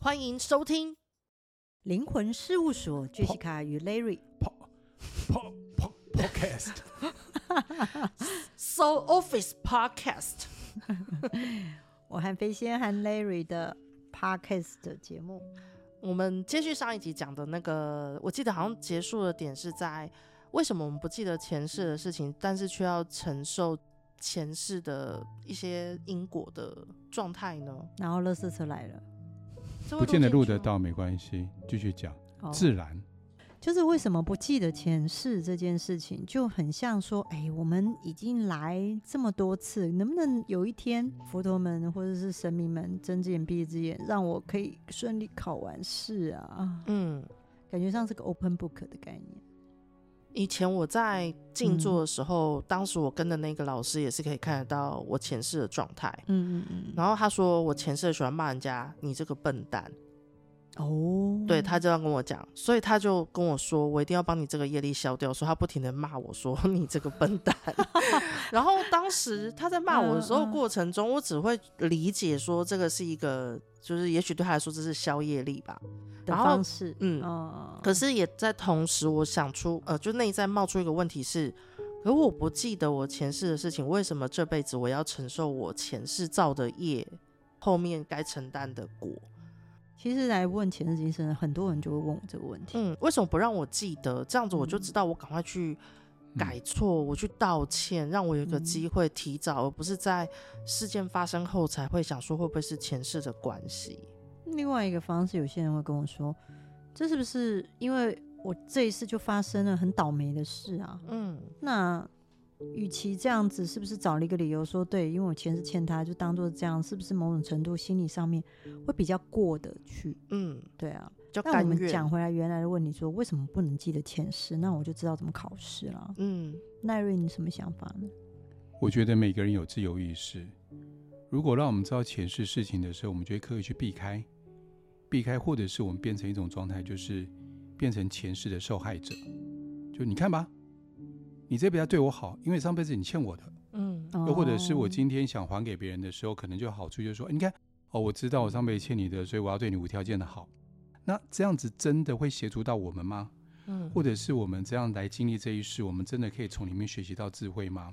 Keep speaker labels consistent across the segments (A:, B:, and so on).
A: 欢迎收听。
B: 灵魂事务所 Jessica 与 Larry，
C: po po po podcast
A: So Office Podcast，
B: 我和飞仙和 Larry 的 Podcast 节目。
A: 我们接续上一集讲的那个，我记得好像结束的点是在为什么我们不记得前世的事情，但是却要承受前世的一些因果的状态呢？
B: 然后乐色车来了，
A: 这会
C: 不见得
A: 进
C: 录
A: 去
C: 得
A: 吗，
C: 到，没关系，继续讲，
B: 哦
C: 自然
B: 就是为什么不记得前世这件事情，就很像说，哎，我们已经来这么多次，能不能有一天佛陀们或者是神明们睁只眼闭只眼，让我可以顺利考完试啊？
A: 嗯。
B: 感觉像是个 open book 的概念。
A: 以前我在静坐的时候，当时我跟的那个老师也是可以看得到我前世的状态。
B: 嗯嗯
A: 然后他说我前世喜欢骂人家，你这个笨蛋，
B: 嗯，哦，
A: 对他就要跟我讲，所以他就跟我说，我一定要帮你这个业力消掉。说他不停的骂我说你这个笨蛋。然后当时他在骂我的时候
B: 嗯嗯
A: 过程中，我只会理解说这个是一个，就是也许对他来说这是消业力吧。
B: 的
A: 然后
B: 方式，
A: 嗯
B: 哦
A: 可是也在同时，我想出呃，就内在冒出一个问题是，可我不记得我前世的事情，为什么这辈子我要承受我前世造的业，后面该承担的果？
B: 其实来问前世今生，很多人就会问我这个问题。
A: 嗯，为什么不让我记得？这样子我就知道，我赶快去改错，我去道歉，让我有一个
B: 嗯
A: 机会提早，而不是在事件发生后才会想说会不会是前世的关系。
B: 另外一个方式，有些人会跟我说，这是不是因为我这一次就发生了很倒霉的事啊？
A: 嗯
B: 那与其这样子，是不是找了一个理由说，对，因为我钱是欠他，就当做这样，是不是某种程度心理上面会比较过得去？
A: 嗯，
B: 对啊。
A: 叫
B: 那我
A: 甘
B: 们讲
A: 愿。
B: 回来原来的问题说为什么不能记得前世？那我就知道怎么考试了。啊
A: 嗯
B: 奈瑞，你什么想法呢？
C: 我觉得每个人有自由意识。如果让我们知道前世事情的时候，我们就会刻意去避开，避开，或者是我们变成一种状态，就是变成前世的受害者。就你看吧，你这辈子要对我好，因为上辈子你欠我的。
A: 嗯
C: 又或者是我
B: 哦
C: 今天想还给别人的时候，可能就好处就是说，诶你看，哦，我知道我上辈子欠你的，所以我要对你无条件的好。那这样子真的会协助到我们吗？
A: 嗯，
C: 或者是我们这样来经历这一世，我们真的可以从里面学习到智慧吗？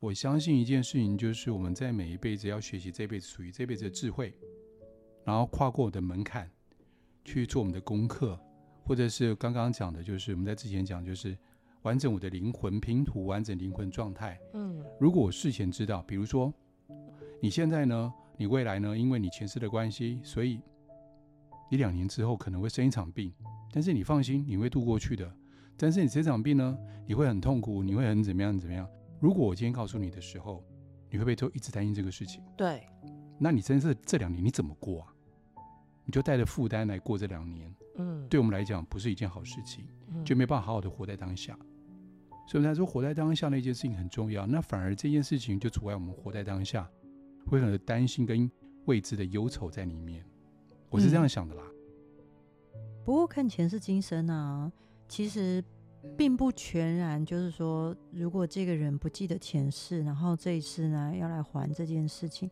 C: 我相信一件事情，就是我们在每一辈子要学习这辈子属于这辈子的智慧，然后跨过我的门槛去做我们的功课，或者是刚刚讲的，就是我们在之前讲，就是完整我的灵魂拼图，完整灵魂状态。
A: 嗯
C: 如果我事前知道，比如说你现在呢，你未来呢，因为你前世的关系，所以你两年之后可能会生一场病，但是你放心，你会度过去的。但是你这场病呢，你会很痛苦，你会很怎么样怎么样。如果我今天告诉你的时候，你会不会就一直担心这个事情？
A: 对，
C: 那你真是这两年你怎么过啊？你就带着负担来过这两年，
A: 嗯
C: 对我们来讲不是一件好事情。
A: 嗯
C: 就没办法好好的活在当下。所以他说，活在当下那件事情很重要，那反而这件事情就阻碍我们活在当下，会有很多担心跟未知的忧愁在里面。我是这样想的啦，
B: 不过看前世今生啊，其实并不全然就是说，如果这个人不记得前世，然后这一世呢要来还这件事情，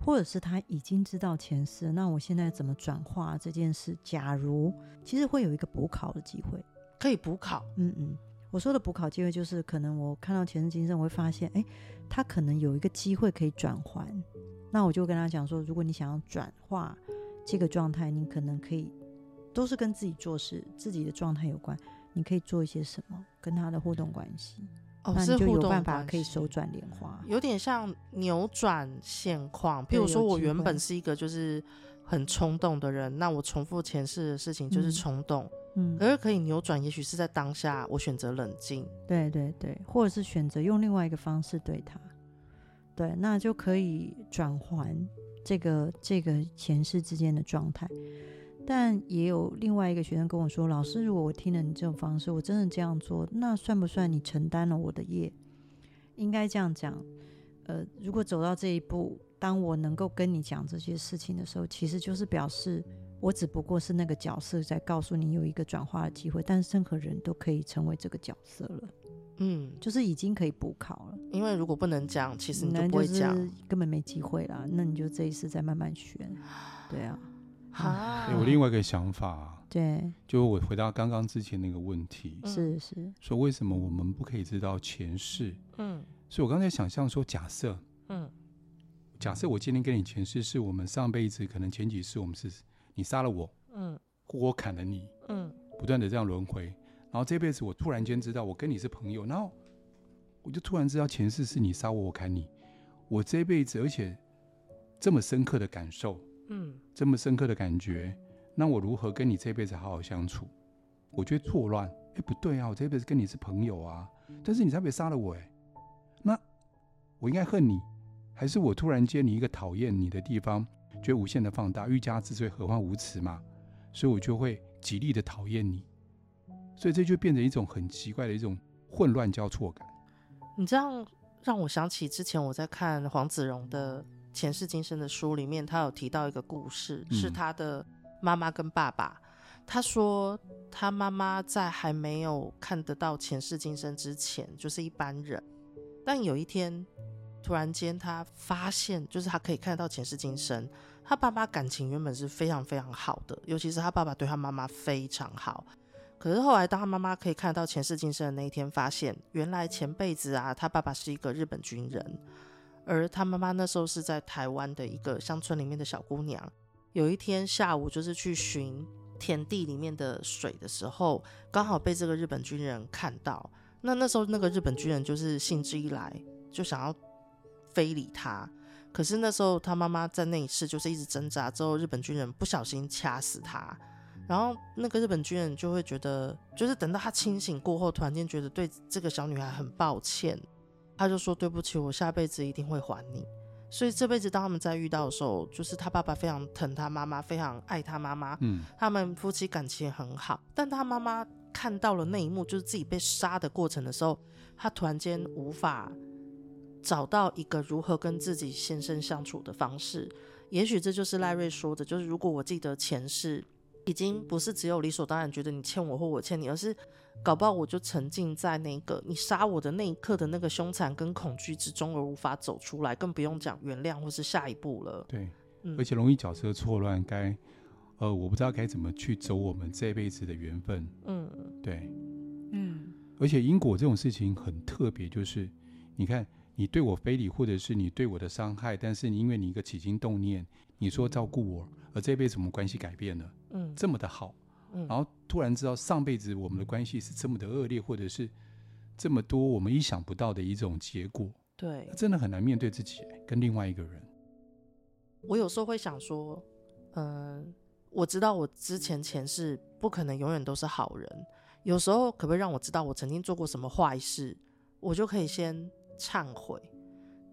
B: 或者是他已经知道前世，那我现在怎么转化这件事？假如其实会有一个补考的机会，
A: 可以补考。
B: 嗯嗯。我说的补考机会就是，可能我看到前世今生，我会发现，哎，他可能有一个机会可以转还，那我就跟他讲说，如果你想要转化这个状态，你可能可以都是跟自己做事、自己的状态有关，你可以做一些什么跟他的互动关系，
A: 哦，
B: 那
A: 是
B: 你就
A: 互
B: 有
A: 动
B: 办法
A: 关
B: 可以
A: 系
B: 手转莲花。
A: 有点像扭转现况。譬
B: 对
A: 如说，
B: 有
A: 我
B: 机
A: 原
B: 会
A: 本是一个就是很冲动的人，那我重复前世的事情就是
B: 嗯
A: 冲动，
B: 嗯，
A: 可是可以扭转，也许是在当下我选择冷静。
B: 对对对，或者是选择用另外一个方式对他，对，那就可以转还这个这个前世之间的状态。但也有另外一个学生跟我说：“老师，如果我听了你这种方式，我真的这样做，那算不算你承担了我的业？应该这样讲。呃，如果走到这一步，当我能够跟你讲这些事情的时候，其实就是表示我只不过是那个角色在告诉你有一个转化的机会，但是任何人都可以成为这个角色了。”
A: 嗯，
B: 就是已经可以补考了，
A: 因为如果不能讲，其实你就
B: 那
A: 不会
B: 就是
A: 讲。
B: 根本没机会啦。那你就这一次再慢慢学，对啊，
A: 啊
C: 哎，我另外一个想法、啊，
B: 对，
C: 就我回答刚刚之前那个问题，
A: 嗯
B: 是是，
C: 说为什么我们不可以知道前世？
A: 嗯
C: 所以我刚才想象说，假设
A: 嗯
C: 假设我今天跟你前世是我们上辈子，可能前几世我们是你杀了我，
A: 嗯
C: 或我砍了你，
A: 嗯
C: 不断的这样轮回，然后这辈子我突然间知道我跟你是朋友，然后我就突然知道前世是你杀我，我砍你，我这辈子而且这么深刻的感受，
A: 嗯
C: 这么深刻的感觉，那我如何跟你这辈子好好相处？我觉得错乱，哎，不对啊，我这辈子跟你是朋友啊，但是你差别杀了我，哎，那我应该恨你，还是我突然间你一个讨厌你的地方，觉得无限的放大，欲加之罪，何患无辞嘛？所以我就会极力的讨厌你，所以这就变成一种很奇怪的一种混乱交错感。
A: 你这样让我想起之前我在看黄子荣的《前世今生》的书，里面他有提到一个故事，是
C: 嗯
A: 他的妈妈跟爸爸。他说他妈妈在还没有看得到前世今生之前，就是一般人。但有一天，突然间他发现，就是他可以看得到前世今生。他爸妈感情原本是非常非常好的，尤其是他爸爸对他妈妈非常好。可是后来，当他妈妈可以看得到前世今生的那一天，发现原来前辈子啊，他爸爸是一个日本军人，而他妈妈那时候是在台湾的一个乡村里面的小姑娘。有一天下午，就是去寻田地里面的水的时候，刚好被这个日本军人看到。那那时候那个日本军人就是兴致一来，就想要非礼他。可是那时候他妈妈在那一次就是一直挣扎，之后日本军人不小心掐死他。然后那个日本军人就会觉得，就是等到他清醒过后，突然间觉得对这个小女孩很抱歉，他就说对不起，我下辈子一定会还你。所以这辈子当他们在遇到的时候，就是他爸爸非常疼他妈妈，非常爱他妈妈，
C: 嗯，
A: 他们夫妻感情很好。但他妈妈看到了那一幕，就是自己被杀的过程的时候，他突然间无法找到一个如何跟自己先生相处的方式。也许这就是赖瑞说的，就是如果我记得前世已经不是只有理所当然觉得你欠我或我欠你，而是搞不好我就沉浸在那个你杀我的那一刻的那个凶残跟恐惧之中而无法走出来，更不用讲原谅或是下一步了。
C: 对，
A: 嗯
C: 而且容易角色错乱，该呃，我不知道该怎么去走我们这辈子的缘分。
A: 嗯
C: 对，
B: 嗯，
C: 而且因果这种事情很特别，就是你看你对我非礼，或者是你对我的伤害，但是你因为你一个起心动念，你说照顾我，而这辈子我们关系改变了，
A: 嗯
C: 这么的好，
A: 嗯
C: 然后突然知道上辈子我们的关系是这么的恶劣，或者是这么多我们意想不到的一种结果，
A: 对。
C: 真的很难面对自己跟另外一个人。
A: 我有时候会想说，嗯、我知道我之前前世不可能永远都是好人，有时候可不可以让我知道我曾经做过什么坏事，我就可以先忏悔。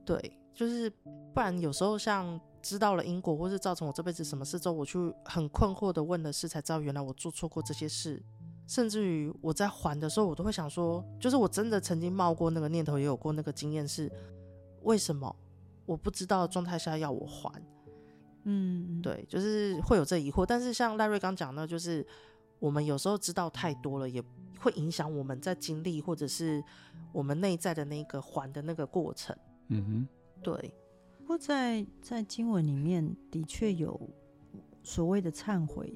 A: 对，就是不然有时候像知道了因果或是造成我这辈子什么事之后，我去很困惑的问了事，才知道原来我做错过这些事。甚至于我在还的时候，我都会想说，就是我真的曾经冒过那个念头，也有过那个经验是，为什么我不知道的状态下要我还？
B: 嗯，
A: 对，就是会有这疑惑。但是像赖瑞刚讲的，就是我们有时候知道太多了，也会影响我们在经历或者是我们内在的那个还的那个过程。
C: 嗯哼。
A: 对，
B: 不过在在经文里面的确有所谓的忏悔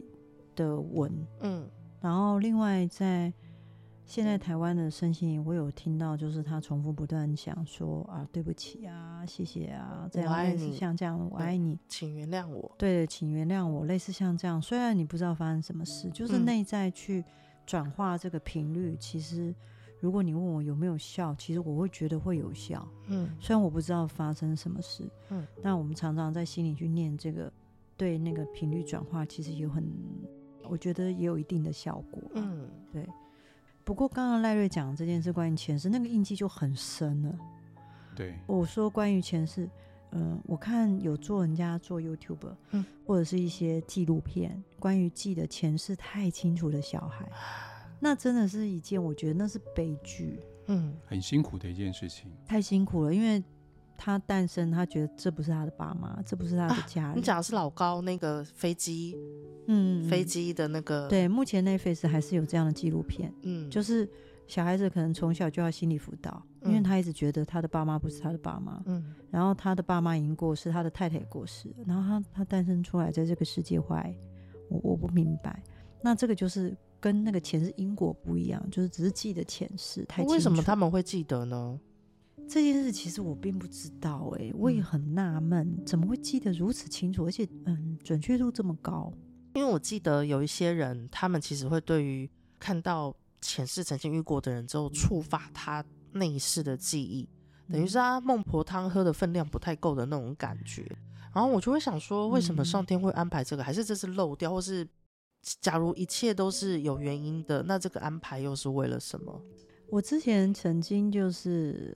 B: 的文，
A: 嗯
B: 然后另外在现在台湾的身心灵，我有听到就是他重复不断讲说啊对不起啊谢谢啊这
A: 我
B: 样
A: 爱
B: 类似
A: 你
B: 像这样的我
A: 对
B: 爱你，
A: 请原谅我。
B: 对，请原谅我，类似像这样，虽然你不知道发生什么事，就是
A: 嗯
B: 内在去转化这个频率。其实，如果你问我有没有效，其实我会觉得会有效，
A: 嗯
B: 虽然我不知道发生什么事。
A: 嗯，
B: 那我们常常在心里去念这个，对那个频率转化，其实有很，我觉得也有一定的效果。，
A: 嗯
B: 对。不过刚刚赖瑞讲这件事关于前世，那个印记就很深了。
C: 对，
B: 我说关于前世，嗯，我看有做人家做 YouTube，
A: 嗯
B: 或者是一些纪录片，关于记得前世太清楚的小孩，
A: 啊
B: 那真的是一件我觉得那是悲剧，
A: 嗯
C: 很辛苦的一件 事情。
B: 太辛苦了，因为他诞生，他觉得这不是他的爸妈，这不是他的
A: 啊
B: 家人，
A: 你讲的是老高那个飞机，
B: 嗯，嗯
A: 飞机的那个，，
B: 对，目前 Netflix 还是有这样的纪录片，
A: 嗯，
B: 就是小孩子可能从小就要心理辅导，因为
A: 嗯
B: 他一直觉得他的爸妈不是他的爸妈，
A: 嗯
B: 然后他的爸妈已经过世，他的太太也过世了，然后他他诞生出来在这个世界怀，我我不明白。那这个就是跟那个前世因果不一样，就是只是记得前世太清楚。
A: 为什么他们会记得呢？
B: 这件事其实我并不知道、欸，哎，我
A: 嗯
B: 也很纳闷，怎么会记得如此清楚，而且嗯，准确度这么高？
A: 因为我记得有一些人，他们其实会对于看到前世曾经遇过的人之后，触发他内世的记忆，等于是他孟婆汤喝的分量不太够的那种感觉。然后我就会想说，为什么上天会安排这个？还是这是漏掉，或是假如一切都是有原因的，那这个安排又是为了什么？
B: 我之前曾经就是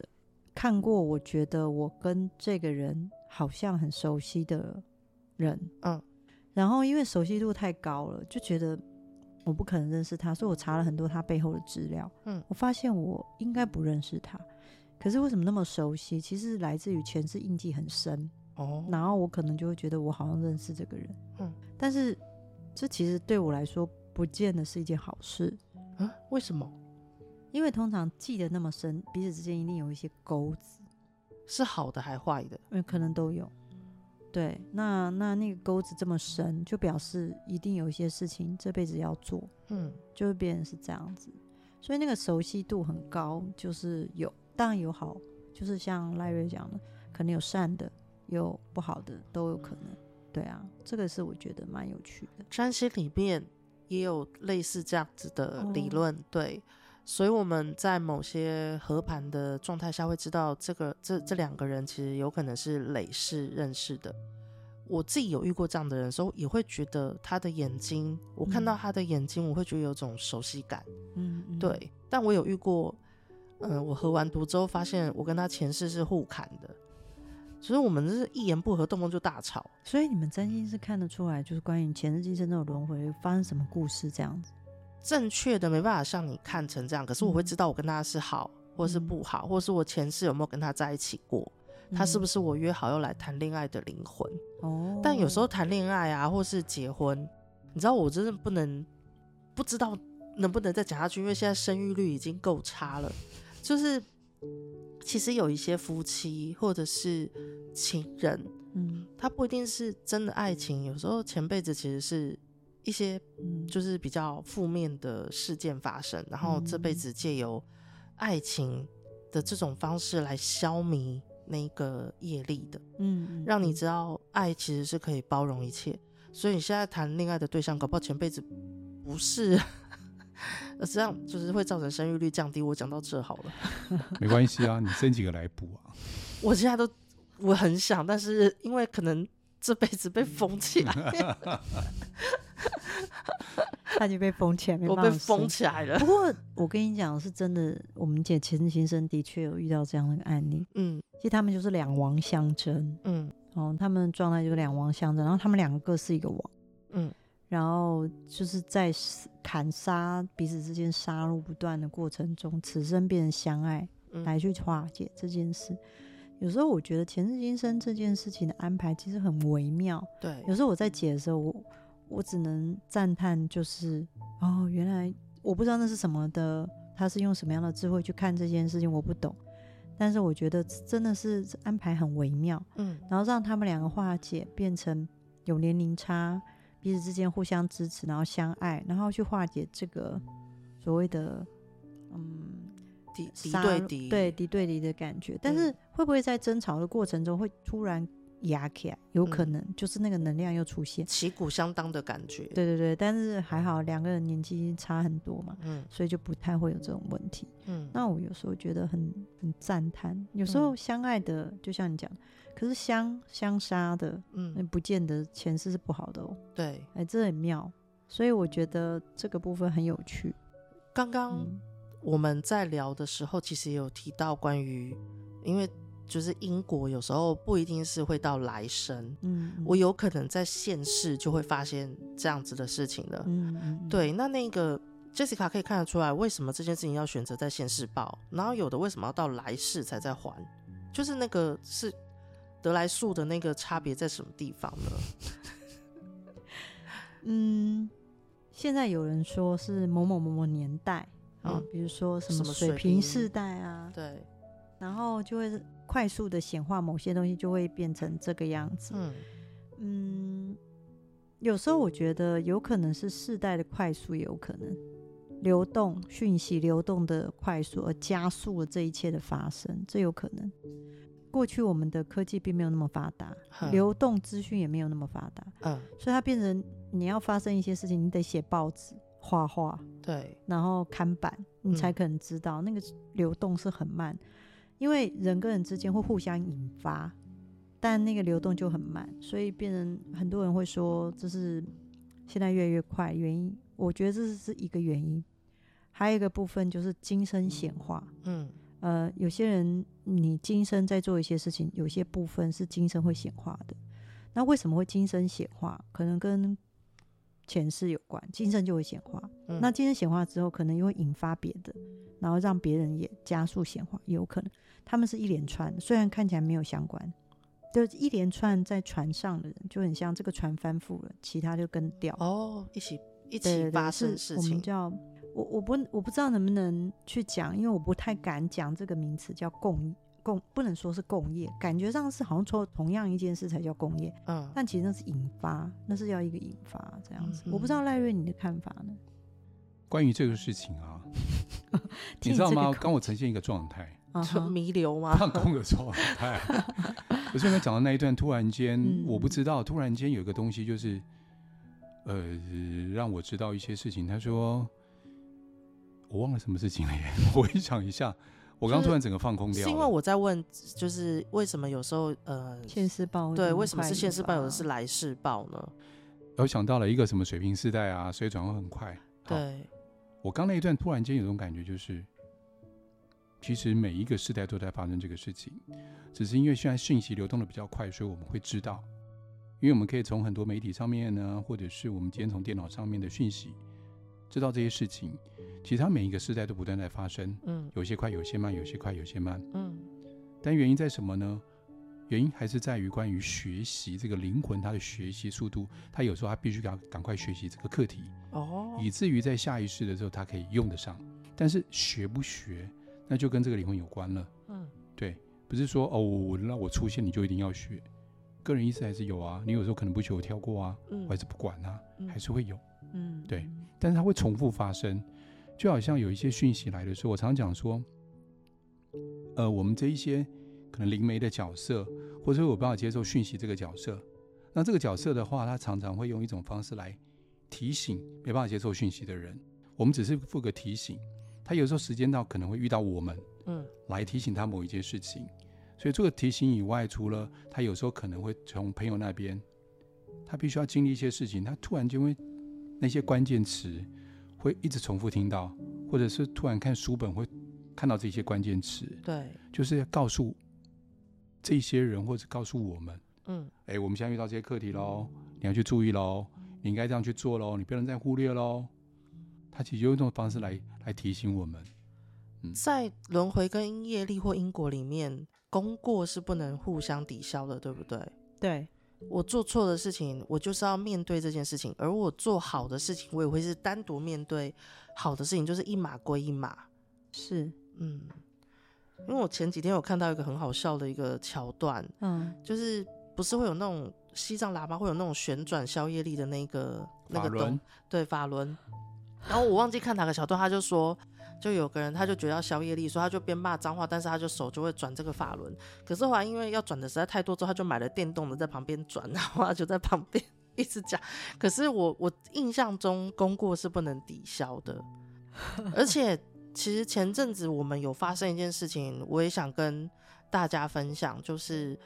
B: 看过，我觉得我跟这个人好像很熟悉的人，
A: 嗯，
B: 然后因为熟悉度太高了，就觉得我不可能认识他，所以我查了很多他背后的资料，
A: 嗯
B: 我发现我应该不认识他，可是为什么那么熟悉？其实来自于前世印记很深，
A: 哦，
B: 然后我可能就会觉得我好像认识这个人，
A: 嗯，
B: 但是这其实对我来说不见得是一件好事，
A: 啊，为什么？
B: 因为通常记得那么深，彼此之间一定有一些钩子，
A: 是好的还坏的？
B: 嗯，可能都有。对，那那那个钩子这么深，就表示一定有一些事情这辈子要做，
A: 嗯，
B: 就会变成是这样子。所以那个熟悉度很高，就是有，当然有好，就是像赖瑞讲的，可能有善的，有不好的，都有可能。对啊，这个是我觉得蛮有趣的。
A: 占星里面也有类似这样子的理
B: 哦
A: 论，对。所以我们在某些合盘的状态下，会知道这个这这两个人其实有可能是累世认识的。我自己有遇过这样的人的时候，也会觉得他的眼睛，我看到
B: 嗯
A: 他的眼睛，我会觉得有种熟悉感。
B: 嗯，嗯，
A: 对，但我有遇过，嗯、我合完毒之后发现我跟他前世是互砍的，所以我们就是一言不合动不动就大吵。
B: 所以你们占星是看得出来，就是关于前世今生这种轮回发生什么故事这样子。
A: 正确的没办法像你看成这样，可是我会知道我跟他是好，或是不好，或是我前世有没有跟他在一起过，他是不
B: 是？
A: 是我约好要来谈恋爱的灵魂？
B: 嗯哦，
A: 但有时候谈恋爱啊，或是结婚，你知道我真的不能不知道能不能再讲下去，因为现在生育率已经够差了。就是其实有一些夫妻或者是情人，
B: 嗯
A: 他不一定是真的爱情，有时候前辈子其实是一些
B: 嗯，
A: 就是比较负面的事件发生，然后这辈
B: 嗯
A: 子借由爱情的这种方式来消弭那个业力的。
B: 嗯，
A: 让你知道爱其实是可以包容一切。所以你现在谈恋爱的对象，搞不好前辈子不是，呃这样就是会造成生育率降低。我讲到这好了，
C: 没关系啊，你生几个来补啊。
A: 我现在都我很想，但是因为可能这辈子被封起来，
B: 他就被封 起来，没
A: 我
B: 办
A: 被
B: 法
A: 封
B: 生
A: 起来了
B: 不。过我跟你讲，是真的，我们姐前世今生的确有遇到这样的一个案例。
A: 嗯
B: 其实他们就是两王相争，
A: 嗯
B: 哦，他们的状态就是两王相争，然后他们两个各是一个王，
A: 嗯，
B: 然后就是在砍杀彼此之间杀戮不断的过程中，此生变成相爱
A: 嗯
B: 来去化解这件事。有时候我觉得前世今生这件事情的安排其实很微妙，
A: 对，
B: 有时候我在解的时候，我我只能赞叹，就是哦，原来我不知道那是什么的，他是用什么样的智慧去看这件事情，我不懂。但是我觉得真的是安排很微妙，
A: 嗯
B: 然后让他们两个化解，变成有年龄差，彼此之间互相支持，然后相爱，然后去化解这个所谓的嗯
A: 敌敌
B: 杀
A: 对
B: 戮
A: 敌，
B: 对敌对敌的感觉。但是会不会在争吵的过程中会突然压起来？有可
A: 嗯
B: 能，就是那个能量又出现。
A: 旗鼓相当的感觉。，
B: 对对对，但是还好两个人年纪差很多嘛，
A: 嗯
B: 所以就不太会有这种问题。
A: 嗯，
B: 那我有时候觉得很很赞叹，有时候
A: 嗯
B: 相爱的，就像你讲，可是相相杀的，那
A: 嗯
B: 不见得前世是不好的哦。
A: 对，
B: 哎，这很妙，所以我觉得这个部分很有趣。
A: 刚刚
B: 嗯
A: 我们在聊的时候，其实也有提到关于，因为就是因果有时候不一定是会到来生，
B: 嗯，嗯
A: 我有可能在现世就会发现这样子的事情了。
B: 嗯嗯嗯
A: 对，那那个 Jessica 可以看得出来，为什么这件事情要选择在现世报，然后有的为什么要到来世才在还，就是那个是得来速的那个差别在什么地方呢？
B: 嗯，现在有人说是某某某某年代啊、
A: 嗯
B: 比如说什
A: 什
B: 么
A: 么
B: 水
A: 水
B: 平
A: 平
B: 世代啊，
A: 对，
B: 然后就会快速嗯的显化某些东西，就会变成这个样子。
A: 嗯
B: 嗯，有时候我觉得有可能是世代的快速，也有可能流动讯息流动的快速，而加速了这一切的发生，这有可能。过去我们的科技并没有那么发达，
A: 嗯
B: 流动资讯也没有那么发达，
A: 嗯，
B: 所以它变成你要发生一些事情，你得写报纸、画画，
A: 对，
B: 然后看板，你才
A: 嗯
B: 可能知道、那个流动是很慢，因为人跟人之间会互相引发，但那个流动就很慢，所以变成很多人会说这是现在越来越快，原因我觉得这是一个原因，还有一个部分就是今生显化。
A: 嗯
B: 呃，有些人你今生在做一些事情，有些部分是今生会显化的。那为什么会今生显化？可能跟前世有关，今生就会显化。
A: 嗯，
B: 那今生显化之后，可能又会引发别的，然后让别人也加速显化，也有可能。他们是一连串的，虽然看起来没有相关，就是一连串在船上的人，就很像这个船翻覆了，其他就跟掉。
A: 哦，一起一
B: 对对
A: 起
B: 对
A: 发
B: 是
A: 生事
B: 我
A: 情
B: 们，叫我我不我不知道能不能去讲，因为我不太敢讲这个名词叫共共，不能说是共业，感觉上是好像说同样一件事才叫共业，
A: 嗯，
B: 但其实那是引发，那是要一个引发这样子。我不知
A: 嗯
B: 道赖瑞你的看法呢？
C: 关于这个事情啊，你
B: 听
C: 知道
B: 这个
C: 吗？
B: 口
C: 刚我呈现一个状态，
B: 啊
A: 就
B: 哈
A: 弥留吗？
C: 放空的状态。 我这边讲到那一段，突然间、
B: 嗯
C: 我不知道，突然间有一个东西就是，呃，让我知道一些事情。他说，我忘了什么事情了耶， 我回想一下，我刚
A: 就是
C: 突然整个放空掉了。
A: 是因为我在问，就是为什么有时候呃，
B: 现世报
A: 对，
B: 那
A: 为什么
B: 块
A: 是现
B: 引
A: 世报，有的
B: 发
A: 是来世报呢？
C: 我想到了一个什么水平世代啊，所以转换很快。好，
A: 对，
C: 我刚那一段突然间有种感觉，就是其实每一个时代都在发生这个事情，只是因为现在讯息流动的比较快，所以我们会知道，因为我们可以从很多媒体上面呢，或者是我们今天从电脑上面的讯息，知道这些事情。其实它每一个时代都不断在发生，
A: 嗯
C: 有些快，有些慢，有些快，有些慢。
A: 嗯
C: 但原因在什么呢？原因还是在于关于学习这个灵魂，它的学习速度，它有时候它必须赶赶快学习这个课题。
A: 哦，
C: 以至于在下意识的时候，他可以用得上。但是学不学，那就跟这个灵魂有关了。
A: 嗯
C: 对，不是说哦，我那我出现你就一定要学，个人意识还是有啊。你有时候可能不学，我跳过啊，
A: 嗯
C: 我还是不管啊，
A: 嗯
C: 还是会有。
B: 嗯
C: 对但是它会重复发生，就好像有一些讯息来的时候，我常常讲说，呃，我们这一些可能灵媒的角色，或者说我办法接受讯息这个角色，那这个角色的话，他常常会用一种方式来提醒没办法接受讯息的人，我们只是负个提醒，他有时候时间到可能会遇到我们，
A: 嗯
C: 来提醒他某一件事情。所以这个提醒以外，除了他有时候可能会从朋友那边，他必须要经历一些事情，他突然间会那些关键词会一直重复听到，或者是突然看书本会看到这些关键词，
A: 对，
C: 就是要告诉这些人或者告诉我们，
A: 嗯
C: 哎，我们现在遇到这些课题喽，你要去注意喽，你应该这样去做喽，你不能再忽略喽。他其实用这种方式来来提醒我们。
A: 在轮回跟业力或因果里面，功过是不能互相抵消的，对不对？
B: 对，
A: 我做错的事情，我就是要面对这件事情；而我做好的事情，我也会是单独面对好的事情，就是一码归一码。
B: 是
A: 嗯，因为我前几天有看到一个很好笑的一个桥段，
B: 嗯
A: 就是不是会有那种西藏喇嘛会有那种旋转消业力的那个那
C: 法
A: 个
C: 轮
A: 东，对法轮。然后我忘记看哪个小段，他就说，就有个人他就觉得要消业力，所以他就边骂脏话，但是他就手就会转这个法轮。可是后来因为要转的实在太多之后，他就买了电动的在旁边转，然后他就在旁边 一直讲。可是我我印象中功过是不能抵消的，而且其实前阵子我们有发生一件事情，我也想跟大家分享，就是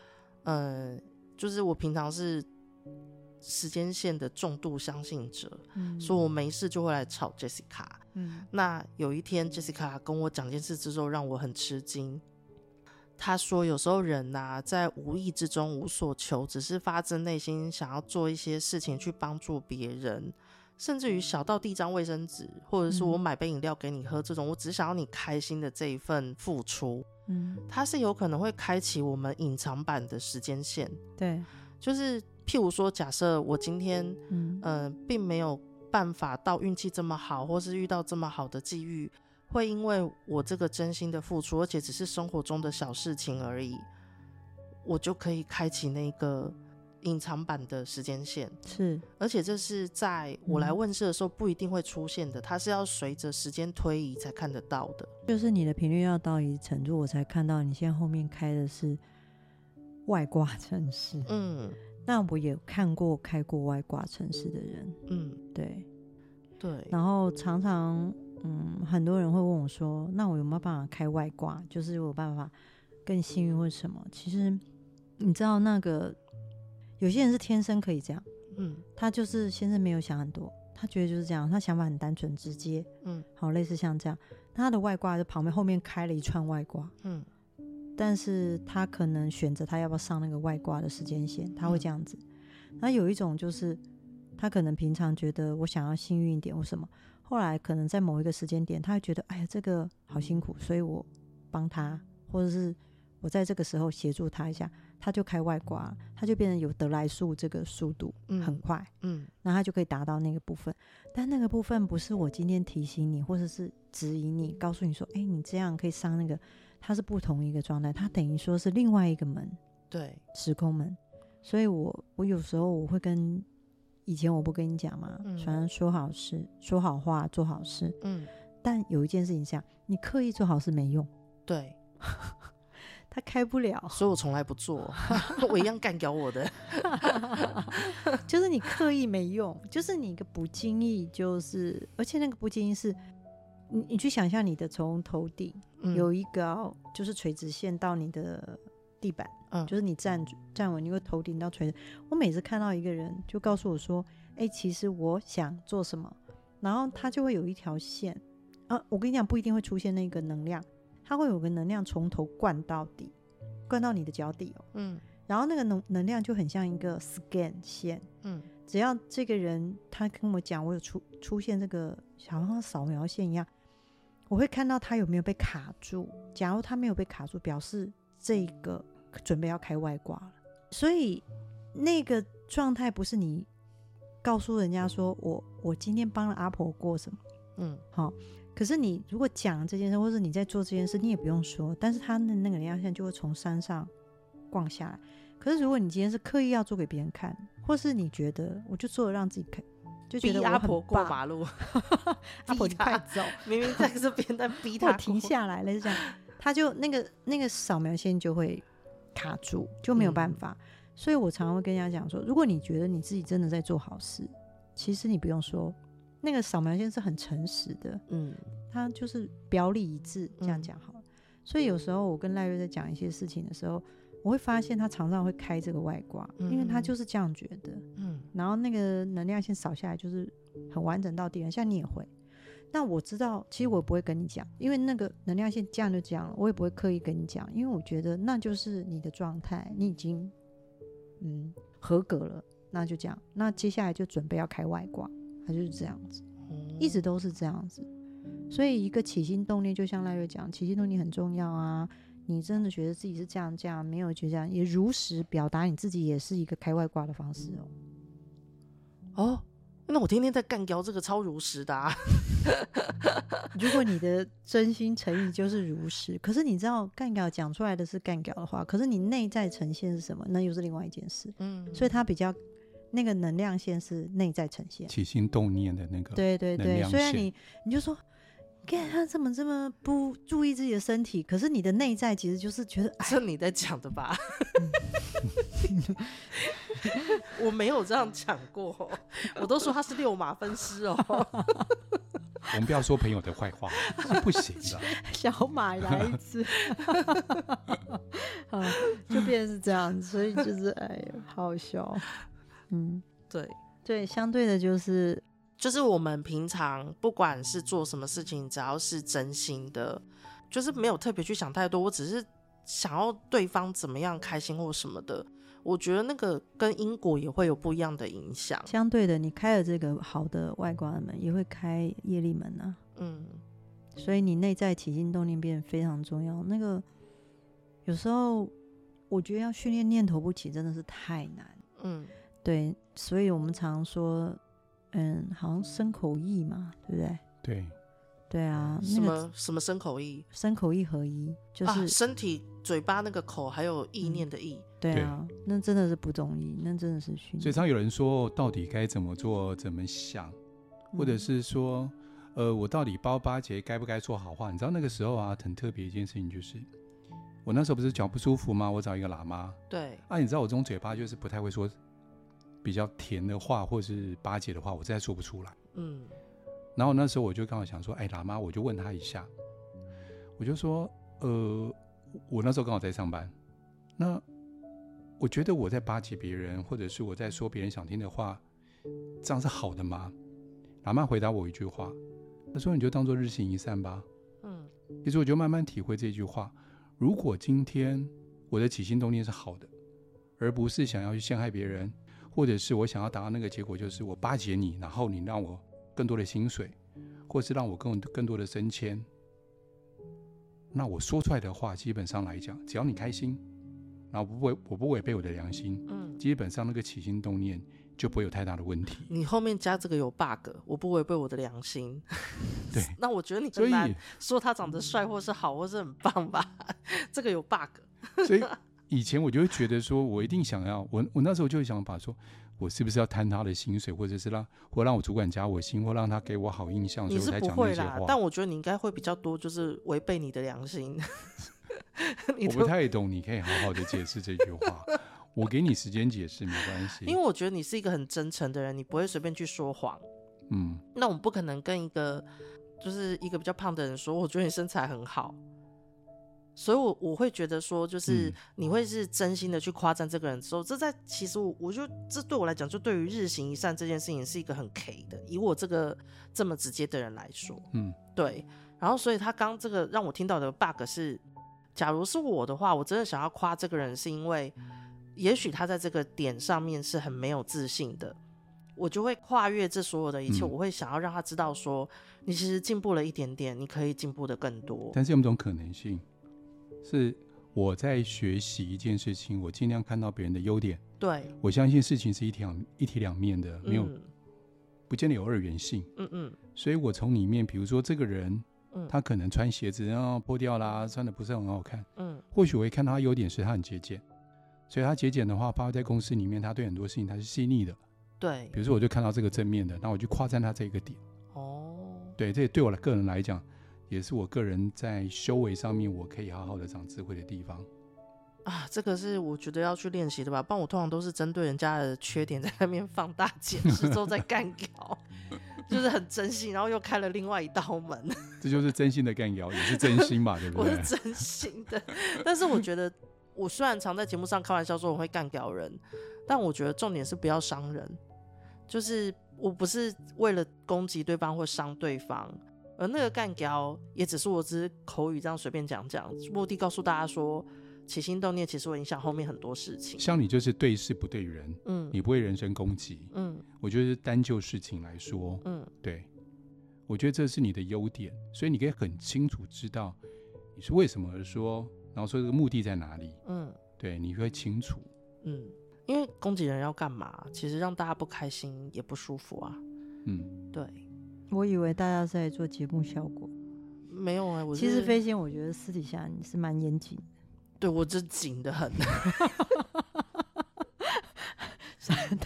A: 嗯，就是我平常是时间线的重度相信者，
B: 嗯
A: 所以我没事就会来吵 Jessica。
B: 嗯
A: 那有一天 Jessica 跟我讲件事之后，让我很吃惊。她说，有时候人呐、在无意之中无所求，只是发自内心想要做一些事情去帮助别人，甚至于小到递张卫生纸，或者是我
B: 嗯
A: 买杯饮料给你喝这种，我只想要你开心的这一份付出，
B: 嗯
A: 它是有可能会开启我们隐藏版的时间线。
B: 对
A: 就是譬如说，假设我今天
B: 嗯
A: 呃并没有办法到运气这么好，或是遇到这么好的际遇，会因为我这个真心的付出，而且只是生活中的小事情而已，我就可以开启那个隐藏版的时间线，
B: 是
A: 而且这是在我来
B: 嗯
A: 问世的时候不一定会出现的，它是要随着时间推移才看得到的。
B: 就是你的频率要到一程度，我才看到你现在后面开的是外挂城市。
A: 嗯
B: 那我也看过开过外挂城市的人，
A: 嗯，
B: 对。
A: 对，
B: 然后常常，嗯，很多人会问我说，那我有没有办法开外挂？就是有办法更幸运或什么？其实你知道，那个有些人是天生可以这样，
A: 嗯
B: 他就是先生没有想很多，他觉得就是这样，他想法很单纯直接，
A: 嗯
B: 好，类似像这样。那他的外挂就旁边后面开了一串外挂，
A: 嗯
B: 但是他可能选择他要不要上那个外挂的时间线，他会
A: 嗯
B: 这样子。那有一种就是他可能平常觉得我想要幸运一点或什么，后来可能在某一个时间点，他会觉得哎呀这个好辛苦，所以我帮他，或者是我在这个时候协助他一下，他就开外挂了，他就变成有得来速这个速度
A: 嗯，
B: 很快。
A: 嗯
B: 那他就可以达到那个部分。但那个部分不是我今天提醒你，或者是指引你，告诉你说，哎、你这样可以上那个，它是不同一个状态，它等于说是另外一个门，
A: 对，
B: 时空门。所以我我有时候我会跟以前我不跟你讲嘛，
A: 嗯
B: 反正说好事、说好话、做好事。
A: 嗯
B: 但有一件事情是这样，你刻意做好事没用，
A: 对，
B: 它开不了。
A: 所以我从来不 做，我一样干掉我的。
B: 就是你刻意没用，就是你一个不经意，就是而且那个不经意是，你你去想象你的从头顶
A: 嗯
B: 有一个就是垂直线到你的地板，
A: 嗯
B: 就是你站住站稳，你会头顶到垂直。我每次看到一个人就告诉我说，哎、其实我想做什么，然后他就会有一条线啊，我跟你讲不一定会出现那个能量，它会有个能量从头灌到底，灌到你的脚底哦，
A: 嗯
B: 然后那个能能量就很像一个 scan 线。
A: 嗯
B: 只要这个人他跟我讲，我有出出现这个好像扫描线一样，我会看到他有没有被卡住。假如他没有被卡住，表示这个准备要开外挂了。所以那个状态不是你告诉人家说我我今天帮了阿婆过什么
A: 嗯
B: 好、可是你如果讲这件事，或者你在做这件事，你也不用说，但是他的那个能量线就会从山上逛下来。可是如果你今天是刻意要做给别人看，或是你觉得我就做了让自己看，就觉
A: 逼
B: 得我
A: 阿
B: 很
A: 婆过
B: 棒，
A: 马路，
B: 阿婆你
A: 逼她
B: 快走，
A: 明明在这边 在逼
B: 或
A: 他
B: 停。下来，类似 这样，他就那个那个扫描线就会卡住，就没有办
A: 嗯
B: 法。所以我常常会跟人家讲说，如果你觉得你自己真的在做好事，其实你不用说，那个扫描线是很诚实的，
A: 嗯
B: 他就是表里一致，这样
A: 嗯
B: 讲好了。所以有时候我跟赖瑞在讲一些事情的时候，我会发现他常常会开这个外挂，因为他
A: 嗯
B: 就是这样觉得。
A: 嗯
B: 然后那个能量线扫下来就是很完整到底了，像你也会。那我知道，其实我不会跟你讲，因为那个能量线这样就这样了，我也不会刻意跟你讲，因为我觉得那就是你的状态，你已经嗯合格了，那就这样。那接下来就准备要开外挂，他就是这样子。
C: 嗯
B: 一直都是这样子。所以一个起心动念，就像赖瑞讲，起心动念很重要啊。你真的觉得自己是这样这样，没有觉得这样，也如实表达你自己，也是一个开外挂的方式 哦。
A: 哦，那我天天在干掉这个超如实的啊。
B: 如果你的真心诚意就是如实，可是你知道干掉讲出来的是干掉的话，可是你内在呈现是什么，那又是另外一件事。
A: 嗯，
B: 所以它比较那个能量线是内在呈现。
C: 起心动念的那个，
B: 对对
C: 能
B: 对，
C: 量
B: 虽然
C: 线
B: 你你就说，看他怎么这么不注意自己的身体，可是你的内在其实就是觉得，哎，
A: 是你在讲的 吧？嗯 我没有这样讲过，哦我都说他是六马分尸哦。
C: 我们不要说朋友的坏话，是不行的。
B: 小马来一次， 啊，就变成是这样，所以就是哎呀，好笑。嗯，
A: 对，
B: 对，相对的就是
A: 就是我们平常不管是做什么事情，只要是真心的，就是没有特别去想太多，我只是想要对方怎么样开心或什么的。我觉得那个跟因果也会有不一样的影响。
B: 相对的，你开了这个好的外挂的门，也会开业力门啊。
A: 嗯
B: 所以你内在起心动念变得非常重要。那个有时候我觉得要训练念头不起真的是太难。
A: 嗯
B: 对，所以我们常说，嗯，好像身口意嘛，对不对？
C: 对，
B: 对啊，
A: 什
B: 那个
A: 么什么身口意，
B: 身口意合一就
A: 啊、
B: 是、
A: 身体、嘴巴那个口，还有意念的意。
B: 对啊，那真的是不中意，那真的是虚拟
C: 所以常有人说，到底该怎么做、怎么想，或者
B: 嗯
C: 是说，呃，我到底包八结该不该说好话？你知道那个时候啊，很特别一件事情就是，我那时候不是脚不舒服吗？我找一个喇嘛
A: 对，
C: 啊，你知道我这种嘴巴就是不太会说比较甜的话，或是巴结的话，我真的说不出来。
A: 嗯，
C: 然后那时候我就刚好想说，哎，喇嘛，我就问他一下，我就说，呃，我那时候刚好在上班，那我觉得我在巴结别人，或者是我在说别人想听的话，这样是好的吗？喇嘛回答我一句话，他说你就当做日行一善吧。
A: 嗯，
C: 其实我就慢慢体会这句话：如果今天我的起心动念是好的，而不是想要去陷害别人，或者是我想要达到那个结果，就是我巴结你，然后你让我更多的薪水，或是让我更更多的升迁，那我说出来的话，基本上来讲，只要你开心，然后不违我不违背我的良心，
A: 嗯，
C: 基本上那个起心动念就不会有太大的问题。
A: 你后面加这个有 bug，我不违背我的良心。
C: 对，
A: 那我觉得你
C: 所
A: 很
C: 以
A: 难说他长得
C: 嗯
A: 帅或是好或是很棒吧， 这个有 bug。
C: 所以以前我就会觉得说，我一定想要，我我那时候就会想法说，我是不是要贪他的薪水，或者是让或让我主管加我薪，或让他给我好印象，所
A: 你
C: 以
A: 是
C: 哦我才
A: 不
C: 讲那
A: 会
C: 些
A: 啦
C: 话，。
A: 但我觉得你应该会比较多，就是违背你的良心。 你
C: 我
A: 都
C: 不太懂，你可以好好的解释这句话。 我给你时间解释没关系，
A: 因为我觉得你是一个很真诚的人，你不会随便去说谎。
C: 嗯，
A: 那我们不可能跟一个就是一个比较胖的人说，我觉得你身材很好。所以我，我会觉得说，就是
C: 嗯
A: 你会是真心的去夸赞这个人的时候，这在其实我我就这对我来讲，就对于日行一善这件事情是一个很 K 的，以我这个这么直接的人来说，
C: 嗯，
A: 对。然后，所以他刚这个让我听到的 bug 是，假如是我的话，我真的想要夸这个人，是因为也许他在这个点上面是很没有自信的，我就会跨越这所有的一切，
C: 嗯
A: 我会想要让他知道说，你其实进步了一点点，你可以进步的更多。
C: 但是有没有一种可能性，是我在学习一件事情，我尽量看到别人的优点。
A: 对，
C: 我相信事情是一体两一体两面的，没有、
A: 嗯
C: 不见得有二元性。
A: 嗯嗯
C: 所以我从里面，比如说这个人，
A: 嗯
C: 他可能穿鞋子然后破掉啦，穿的不是很好看。
A: 嗯
C: 或许我会看到他优点是他很节俭，所以他节俭的话，发挥在公司里面，他对很多事情他是细腻的。
A: 嗯对
C: 比，如说，我就看到这个正面的，那我就夸赞他这个点。
A: 哦，
C: 对，这也对我的个人来讲，也是我个人在修为上面我可以好好的长智慧的地方。
A: 啊，这个是我觉得要去练习的吧，不然我通常都是针对人家的缺点在那边放大解释，之后再干掉，就是很真心，然后又开了另外一道门。
C: 这就是真心的干聊，也是真心 嘛，对不
A: 我
C: 对
A: 是？真心的。 但是我觉得，我虽然常在节目上开玩笑说我会干掉人，但我觉得重点是不要伤人。就是我不是为了攻击对方或伤对方，而那个干掉也只是我只是口语这样随便讲讲，目的告诉大家说起心动念其实会影响后面很多事情。
C: 像你就是对事不对人，
A: 嗯
C: 你不会人身攻击。
A: 嗯
C: 我觉得单就事情来说，
A: 嗯
C: 对，我觉得这是你的优点，所以你可以很清楚知道你是为什么而说，然后说这个目的在哪里，
A: 嗯
C: 对，你会清楚。
A: 嗯，因为攻击人要干嘛？其实让大家不开心也不舒服啊。
C: 嗯，
A: 对，
B: 我以为大家是在做节目效果，
A: 没有哎、我
B: 其实
A: 是
B: 飞仙，我觉得私底下你是蛮严谨的，
A: 对我这紧的很。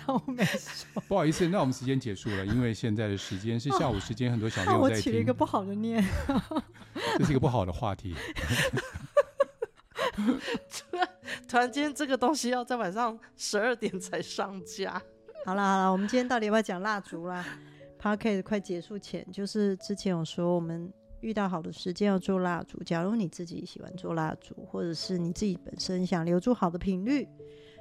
B: 当我没 说，
C: 不好意思，那我们时间结束了，因为现在的时间是下午时间，很多小朋
B: 那
C: 友
B: 哦我
C: 在
B: 起了一
C: 听
B: 个，不好的念。
C: 这是一个不好的 话题。
A: 突然间这个东西要在晚上十二点才上架，
B: 好啦好啦，我们今天到底要不要讲蜡烛啦 p a r k e t 快结束前，就是之前有说我们遇到好的时间要做蜡烛。假如你自己喜欢做蜡烛，或者是你自己本身想留住好的频率，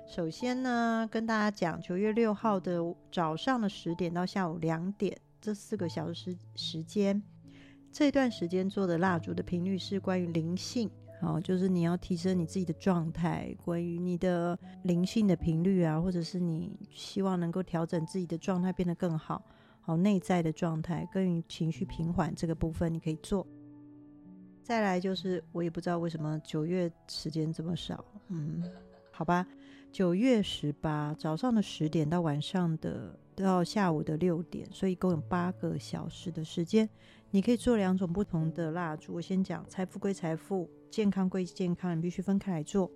B: 首先呢，跟大家讲，九月六号的早上的十点到下午两点这四个小时时间，这段时间做的蜡烛的频率是关于灵性。好，就是你要提升你自己的状态，关于你的灵性的频率啊，或者是你希望能够调整自己的状态变得更好，好内在的状态，关于情绪平缓这个部分你可以做。再来就是我也不知道为什么九月时间这么少，嗯，好吧，九月十八早上的十点到晚上的到下午的六点，所以一共有八个小时的时间，你可以做两种不同的蜡烛。我先讲财富归财富，健康归健康，你必须分开来做。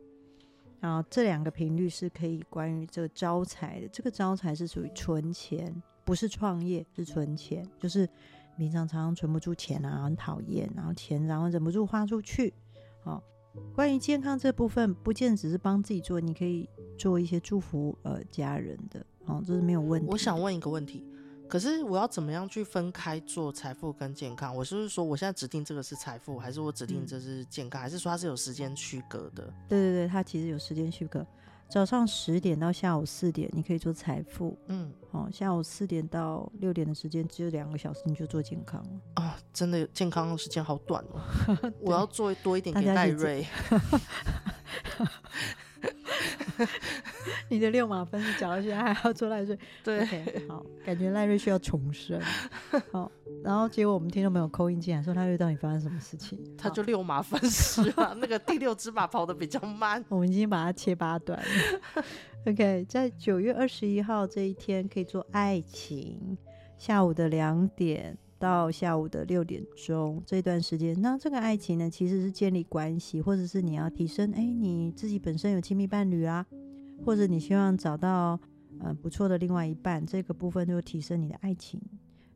B: 然后这两个频率是可以关于这个招财的，这个招财是属于存钱，不是创业，是存钱，就是平常常常存不住钱啊，很讨厌，然后钱然后忍不住花出去。好、关于健康这部分，不见得只是帮自己做，你可以做一些祝福呃家人的，哦，这是没有问题的。
A: 我想问一个问题，可是我要怎么样去分开做财富跟健康？我是不是说我现在指定这个是财富，还是我指定
B: 嗯
A: 这是健康，还是说它是有时间区隔的？
B: 对对对，它其实有时间区隔，早上十点到下午四点，你可以做财富
A: 嗯，
B: 哦。下午四点到六点的时间，只有两个小时，你就做健康了。
A: 啊，真的健康的时间好短哦， 我要做多一点
B: 大
A: 给
B: 家
A: 戴
B: 是这
A: 瑞。
B: 你的六马分是缴下去，还要做赖瑞，
A: 对
B: OK，好，感觉赖瑞需要重 生。好，然后结果我们听众朋友扣音进来说赖瑞到底发生什么事情？
A: 他
B: 好
A: 就六马分尸 啊，那个第六只马跑得比较慢。
B: 我们已经把它切八段了。OK，在九月二十一号这一天可以做爱情，下午的两点到下午的六点钟这段时间，那这个爱情呢，其实是建立关系，或者是你要提升，哎，你自己本身有亲密伴侣啦、或者你希望找到呃不错的另外一半，这个部分就提升你的爱情，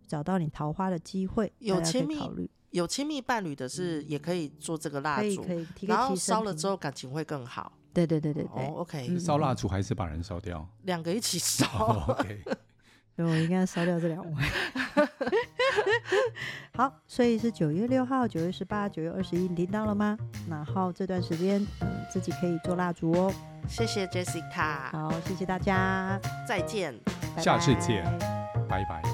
B: 找到你桃花的机会，
A: 有
B: 大家可以
A: 亲密
B: 考虑，
A: 有亲密伴侣的是也嗯可以做这个蜡
B: 可以
A: 烛，
B: 可以提，
A: 然
B: 可以
A: 后
B: 提升
A: 烧了
B: 频
A: 之后感情会更好。
B: 对对对对对，
A: 哦，OK，、
B: 嗯
C: 烧蜡烛还是把人烧掉、
A: 两个一起
C: 哦、
A: 烧。
C: ？OK，
B: 所以我应该烧掉这两 位。好，所以是九月六号、九月十八、九月二十一，你听到了吗？然后这段时间，嗯，自己可以做蜡烛哦。
A: 谢谢 Jessica，
B: 好，谢谢大家，
A: 再见。
B: 拜
C: 下次
B: 拜
C: 见拜拜。